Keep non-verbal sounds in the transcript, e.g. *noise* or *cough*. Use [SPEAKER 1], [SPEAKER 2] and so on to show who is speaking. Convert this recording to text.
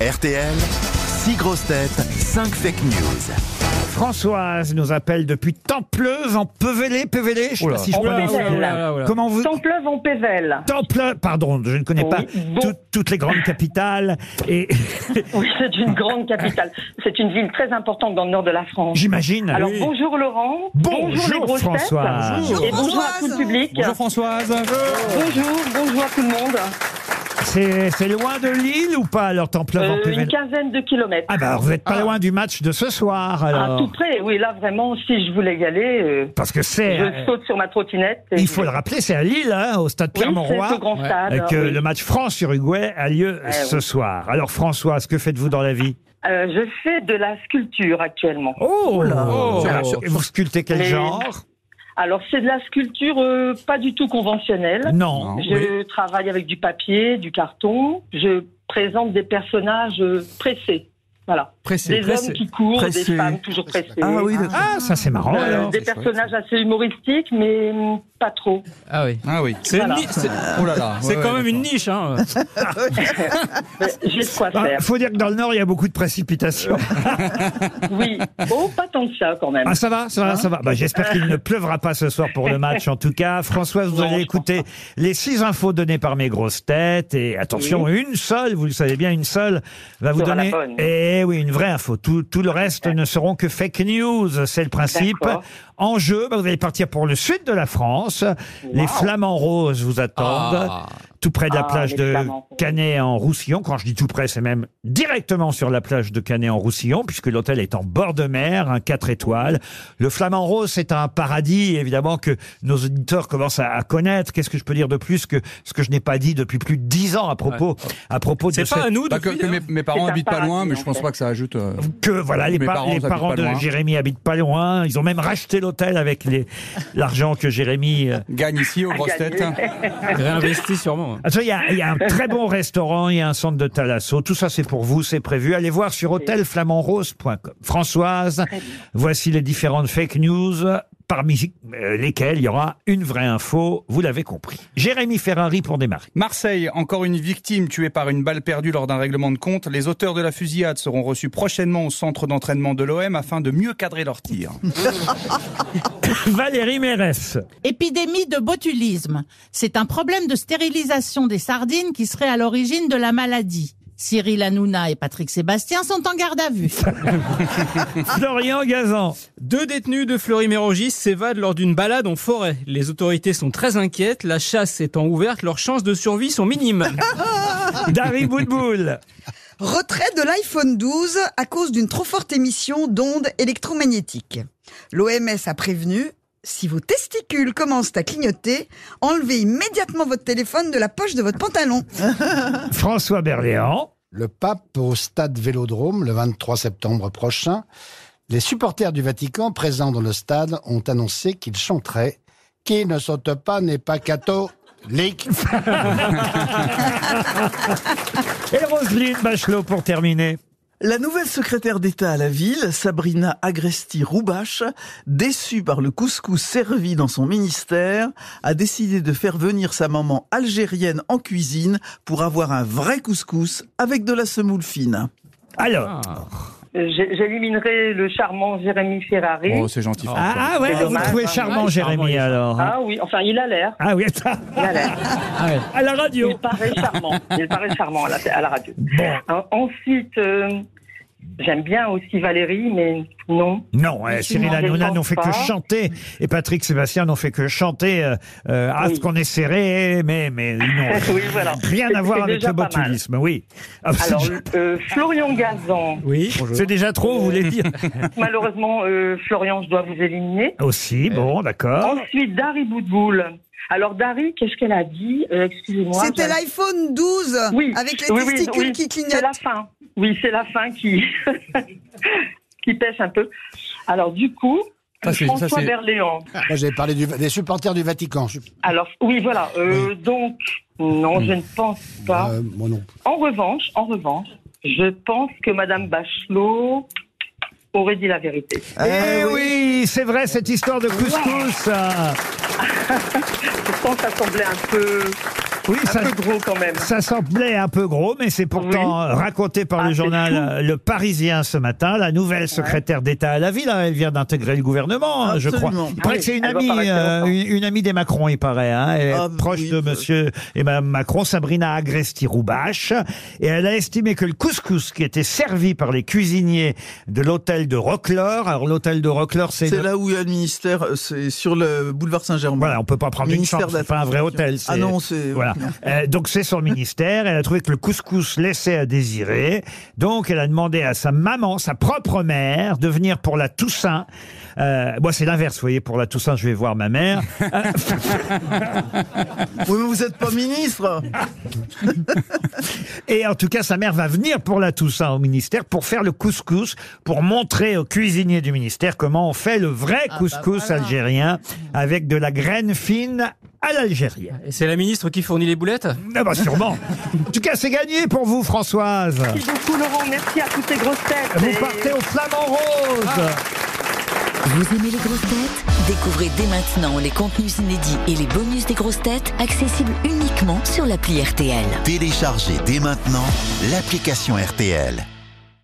[SPEAKER 1] RTL, 6 grosses têtes, 5 fake news.
[SPEAKER 2] Françoise nous appelle depuis Templeuse en Pevelé, Pevelé, je sais pas
[SPEAKER 3] Oula. Oh
[SPEAKER 2] si je
[SPEAKER 3] Oula,
[SPEAKER 2] prononce.
[SPEAKER 3] oula, oula, oula.
[SPEAKER 2] Comment vous
[SPEAKER 4] Templeuve en Pével.
[SPEAKER 2] Temple, pardon, je ne connais
[SPEAKER 4] Oui,
[SPEAKER 2] pas
[SPEAKER 4] bon.
[SPEAKER 2] tout- toutes les grandes capitales et *laughs*
[SPEAKER 4] Oui, c'est une grande capitale. C'est une ville très importante dans le nord de la France.
[SPEAKER 2] j'imagine.
[SPEAKER 4] Alors
[SPEAKER 2] Oui.
[SPEAKER 4] bonjour Laurent.
[SPEAKER 2] Bonjour,
[SPEAKER 4] les grosses têtes.
[SPEAKER 2] François.
[SPEAKER 4] Et bonjour à tout le public.
[SPEAKER 3] Bonjour Françoise.
[SPEAKER 4] Bonjour, bonjour à tout le monde.
[SPEAKER 2] C'est c'est loin de Lille ou pas alors Templeuve en
[SPEAKER 4] Euh, une
[SPEAKER 2] Pevelé
[SPEAKER 4] quinzaine de kilomètres.
[SPEAKER 2] Ah bah alors, vous n'êtes pas loin du match de ce soir
[SPEAKER 4] à Ah, tout
[SPEAKER 2] alors.
[SPEAKER 4] près, oui, là vraiment, si je voulais y aller, euh,
[SPEAKER 2] Parce que c'est,
[SPEAKER 4] je
[SPEAKER 2] euh,
[SPEAKER 4] saute sur ma trottinette. et-
[SPEAKER 2] il faut le rappeler, c'est à Lille, hein, au stade
[SPEAKER 4] Oui,
[SPEAKER 2] Pierre-Mauroy.
[SPEAKER 4] c'est au grand
[SPEAKER 3] Ouais.
[SPEAKER 2] Et
[SPEAKER 4] stade.
[SPEAKER 2] que
[SPEAKER 4] oui.
[SPEAKER 2] euh, le match France-Uruguay a lieu
[SPEAKER 4] Eh
[SPEAKER 2] ce
[SPEAKER 4] oui.
[SPEAKER 2] soir. Alors Françoise, que faites-vous dans la vie
[SPEAKER 4] Euh, je fais de la sculpture actuellement.
[SPEAKER 2] Oh,
[SPEAKER 3] Oh.
[SPEAKER 2] Et Vous sculptez quel
[SPEAKER 4] Les-
[SPEAKER 2] genre
[SPEAKER 4] Alors c'est de la sculpture euh, pas du tout conventionnelle.
[SPEAKER 2] Non.
[SPEAKER 4] Je travaille avec du papier, du carton. Je présente des personnages euh, pressés. Voilà.
[SPEAKER 3] Pressé,
[SPEAKER 4] Des
[SPEAKER 3] pressé.
[SPEAKER 4] hommes qui courent,
[SPEAKER 5] Pressés.
[SPEAKER 4] des femmes toujours pressées.
[SPEAKER 5] Ah oui, d'accord.
[SPEAKER 2] Ah, ça c'est marrant.
[SPEAKER 4] Euh,
[SPEAKER 2] alors.
[SPEAKER 4] des
[SPEAKER 3] c'est vrai
[SPEAKER 4] personnages assez humoristiques, mais hum, pas trop.
[SPEAKER 3] Ah oui.
[SPEAKER 5] Ah oui.
[SPEAKER 3] C'est
[SPEAKER 4] Voilà.
[SPEAKER 3] une niche. c'est- Oh là là. C'est quand même une niche. Hein.
[SPEAKER 4] Mais J'ai de quoi
[SPEAKER 2] Ah,
[SPEAKER 4] faire.
[SPEAKER 2] faut dire que dans le Nord, il y a beaucoup de précipitations.
[SPEAKER 4] Oui. Oh, pas tant que ça quand même.
[SPEAKER 2] Ah, ça va, ça
[SPEAKER 4] Hein
[SPEAKER 2] va, ça va. Bah, J'espère qu'il ne pleuvra pas ce soir pour le match, en tout cas. Françoise, vous
[SPEAKER 4] Non,
[SPEAKER 2] allez
[SPEAKER 4] je pense
[SPEAKER 2] écouter les six infos données par mes grosses têtes. Et attention, une seule, vous le savez bien, une seule va vous
[SPEAKER 4] Sera la
[SPEAKER 2] donner.
[SPEAKER 4] bonne.
[SPEAKER 2] Eh oui, une vraie info. Tout, tout le reste ne seront que fake news. C'est le principe.
[SPEAKER 4] D'accord.
[SPEAKER 2] En jeu, bah, vous allez partir pour le sud de la France. Les flamants roses vous attendent.
[SPEAKER 3] Ah.
[SPEAKER 2] Tout près de la
[SPEAKER 4] Ah,
[SPEAKER 2] plage
[SPEAKER 4] les
[SPEAKER 2] de
[SPEAKER 4] Flamands.
[SPEAKER 2] Canet en Roussillon. Quand je dis tout près, c'est même directement sur la plage de Canet en Roussillon, puisque l'hôtel est en bord de mer, un 4 étoiles. Le Flamand Rose, c'est un paradis, évidemment, que nos auditeurs commencent à, à connaître. Qu'est-ce que je peux dire de plus que ce que je n'ai pas dit depuis plus de 10 ans à propos, à propos de
[SPEAKER 3] C'est
[SPEAKER 2] cette-
[SPEAKER 3] pas à nous hein. de
[SPEAKER 5] Bah, que, que mes, mes parents
[SPEAKER 4] hein. C'est un
[SPEAKER 5] habitent pas
[SPEAKER 4] paradis,
[SPEAKER 5] loin, mais
[SPEAKER 4] en
[SPEAKER 5] je pense
[SPEAKER 4] fait.
[SPEAKER 5] pas que ça ajoute. euh,
[SPEAKER 2] que voilà les,
[SPEAKER 5] Mes
[SPEAKER 2] pa-
[SPEAKER 5] parents
[SPEAKER 2] les
[SPEAKER 5] habitent
[SPEAKER 2] parents
[SPEAKER 5] pas
[SPEAKER 2] de
[SPEAKER 5] loin.
[SPEAKER 2] Jérémy habitent pas loin ils ont même racheté l'hôtel avec les l'argent que Jérémy euh,
[SPEAKER 5] gagne ici aux grosses têtes.
[SPEAKER 3] Réinvesti sûrement. hein.
[SPEAKER 2] Ah, ça, Il y, a- il y a un très bon restaurant, il y a un centre de thalasso. Tout ça, c'est pour vous, c'est prévu. Allez voir sur hôtelflamandrose.com. Françoise, voici les différentes fake news, parmi euh, lesquelles il y aura une vraie info. Vous l'avez compris. Jérémy Ferrari pour démarrer.
[SPEAKER 5] Marseille, encore une victime tuée par une balle perdue lors d'un règlement de compte. Les auteurs de la fusillade seront reçus prochainement au centre d'entraînement de l'OM afin de mieux cadrer leurs tirs.
[SPEAKER 2] Valérie Mérès.
[SPEAKER 6] Épidémie de botulisme. C'est un problème de stérilisation des sardines qui serait à l'origine de la maladie. Cyril Hanouna et Patrick Sébastien sont en garde à vue.
[SPEAKER 2] Florian Gazan.
[SPEAKER 3] Deux détenus de Fleury-Mérogis s'évadent lors d'une balade en forêt. Les autorités sont très inquiètes, la chasse étant ouverte, leurs chances de survie sont minimes.
[SPEAKER 2] Dari Boudboul.
[SPEAKER 7] Retrait de l'iPhone 12 à cause d'une trop forte émission d'ondes électromagnétiques. L'OMS a prévenu, si vos testicules commencent à clignoter, enlevez immédiatement votre téléphone de la poche de votre pantalon.
[SPEAKER 2] François Berléand.
[SPEAKER 8] le pape au stade Vélodrome le 23 septembre prochain. Les supporters du Vatican présents dans le stade ont annoncé qu'ils chanteraient Qui ne saute pas n'est pas catholique.
[SPEAKER 2] Et Roselyne Bachelot pour terminer.
[SPEAKER 9] La nouvelle secrétaire d'État à la ville, Sabrina Agresti-Roubache, déçue par le couscous servi dans son ministère, a décidé de faire venir sa maman algérienne en cuisine pour avoir un vrai couscous avec de la semoule fine.
[SPEAKER 2] Alors.
[SPEAKER 4] Euh, j'ai- J'éliminerai le charmant Jérémy Ferrari.
[SPEAKER 5] Oh, c'est gentil. François.
[SPEAKER 2] Ah, ah ouais,
[SPEAKER 4] C'est
[SPEAKER 2] vous
[SPEAKER 4] dommage,
[SPEAKER 2] trouvez
[SPEAKER 4] hein.
[SPEAKER 2] charmant,
[SPEAKER 3] Ouais, charmant,
[SPEAKER 2] Jérémy,
[SPEAKER 3] il est
[SPEAKER 2] alors. hein.
[SPEAKER 4] Ah oui, enfin il a l'air.
[SPEAKER 2] Ah oui, *laughs*
[SPEAKER 4] Il a l'air.
[SPEAKER 2] à la radio.
[SPEAKER 4] Il paraît charmant. Il paraît charmant à la, à la radio.
[SPEAKER 2] Bon.
[SPEAKER 4] Euh, Ensuite, euh, j'aime bien aussi Valérie, mais non. *laughs*
[SPEAKER 2] Non, euh,
[SPEAKER 4] Je
[SPEAKER 2] Cyril
[SPEAKER 4] m'en
[SPEAKER 2] Hanouna
[SPEAKER 4] défends
[SPEAKER 2] n'ont fait que
[SPEAKER 4] pas.
[SPEAKER 2] chanter et Patrick Sébastien n'ont fait que chanter euh, euh, Ah, ce
[SPEAKER 4] Oui.
[SPEAKER 2] qu'on est serré, mais, mais ils
[SPEAKER 4] *laughs*
[SPEAKER 2] n'ont
[SPEAKER 4] Oui, voilà.
[SPEAKER 2] rien
[SPEAKER 4] C'est-
[SPEAKER 2] à voir
[SPEAKER 4] c'est
[SPEAKER 2] avec
[SPEAKER 4] déjà
[SPEAKER 2] le
[SPEAKER 4] pas mal.
[SPEAKER 2] botulisme, oui. Ah, c'est
[SPEAKER 4] Alors,
[SPEAKER 2] déjà-
[SPEAKER 4] euh, Florian Gazan,
[SPEAKER 2] oui, c'est déjà trop, vous voulez
[SPEAKER 4] *laughs*
[SPEAKER 2] dire
[SPEAKER 4] malheureusement, euh, Florian, je dois vous éliminer.
[SPEAKER 2] Aussi,
[SPEAKER 4] Euh,
[SPEAKER 2] bon, d'accord.
[SPEAKER 4] Ensuite, Dari Boudboul. Alors, Dari, qu'est-ce qu'elle a dit Euh, Excusez-moi.
[SPEAKER 7] C'était
[SPEAKER 4] j'ai-
[SPEAKER 7] l'iPhone 12
[SPEAKER 4] Oui.
[SPEAKER 7] avec les
[SPEAKER 4] Oui, oui,
[SPEAKER 7] testicules
[SPEAKER 4] oui.
[SPEAKER 7] qui
[SPEAKER 4] C'est
[SPEAKER 7] clignotent.
[SPEAKER 4] la fin. Oui, c'est la fin qui... *laughs* qui pêche un peu. Alors, du coup,
[SPEAKER 5] Ça, c'est- ça,
[SPEAKER 4] François
[SPEAKER 5] c'est-
[SPEAKER 4] Berléand.
[SPEAKER 8] Moi, j'ai parlé du- des supporters du Vatican. Je-
[SPEAKER 4] Alors, oui, voilà. Euh, Donc, non, je ne pense pas.
[SPEAKER 8] Euh, moi non.
[SPEAKER 4] En revanche, en revanche, je pense que Madame Bachelot aurait dit la vérité.
[SPEAKER 2] Eh oui, c'est vrai, cette histoire de couscous. euh,
[SPEAKER 4] Pourtant, ça semblait un peu
[SPEAKER 2] Oui,
[SPEAKER 4] Un
[SPEAKER 2] ça,
[SPEAKER 4] peu gros quand même.
[SPEAKER 2] ça semblait un peu gros, mais c'est pourtant euh, raconté par
[SPEAKER 4] Ah,
[SPEAKER 2] le
[SPEAKER 4] c'est
[SPEAKER 2] journal
[SPEAKER 4] fou.
[SPEAKER 2] euh, Le Parisien ce matin. La nouvelle secrétaire d'État à la ville, hein, elle vient d'intégrer le gouvernement, hein, je crois.
[SPEAKER 9] Absolument.
[SPEAKER 2] Il paraît
[SPEAKER 4] Ah
[SPEAKER 2] que c'est
[SPEAKER 4] oui,
[SPEAKER 2] une
[SPEAKER 4] elle va
[SPEAKER 2] amie,
[SPEAKER 4] pas rester
[SPEAKER 2] euh,
[SPEAKER 4] longtemps.
[SPEAKER 2] une, une amie des Macron, il paraît. hein. Elle est
[SPEAKER 9] Ah,
[SPEAKER 2] proche
[SPEAKER 9] oui,
[SPEAKER 2] de
[SPEAKER 9] euh.
[SPEAKER 2] Monsieur et Madame Macron, Sabrina Agresti-Roubache, et elle a estimé que le couscous qui était servi par les cuisiniers de l'hôtel de Roquelaure, alors l'hôtel de Roquelaure, c'est
[SPEAKER 9] C'est
[SPEAKER 2] une-
[SPEAKER 9] là où il y a le ministère, euh, c'est sur le boulevard Saint-Germain.
[SPEAKER 2] voilà, on peut pas prendre une
[SPEAKER 9] Ministère
[SPEAKER 2] chambre,
[SPEAKER 9] de la
[SPEAKER 2] c'est pas un vrai hôtel.
[SPEAKER 9] Ah
[SPEAKER 2] c'est-
[SPEAKER 9] non, c'est
[SPEAKER 2] voilà. Euh, donc c'est son ministère. Elle a trouvé que le couscous laissait à désirer. Donc elle a demandé à sa maman, sa propre mère, de venir pour la Toussaint. Euh, moi c'est l'inverse, vous voyez. Pour la Toussaint, je vais voir ma mère.
[SPEAKER 9] Oui, mais vous n'êtes pas ministre.
[SPEAKER 2] Et en tout cas, sa mère va venir pour la Toussaint au ministère pour faire le couscous, pour montrer aux cuisiniers du ministère comment on fait le vrai
[SPEAKER 6] bah
[SPEAKER 2] couscous
[SPEAKER 6] voilà.
[SPEAKER 2] algérien avec de la graine fine à l'algérienne.
[SPEAKER 3] Et c'est la ministre qui fournit les boulettes
[SPEAKER 2] Ah bah sûrement. en tout cas, c'est gagné pour vous, Françoise.
[SPEAKER 4] Merci beaucoup Laurent, merci à toutes les grosses têtes.
[SPEAKER 2] Vous
[SPEAKER 4] Et-
[SPEAKER 2] partez au flamand rose.
[SPEAKER 6] Ah.
[SPEAKER 10] Vous aimez les grosses têtes Découvrez dès maintenant les contenus inédits et les bonus des grosses têtes accessibles uniquement sur l'appli RTL.
[SPEAKER 1] Téléchargez dès maintenant l'application RTL.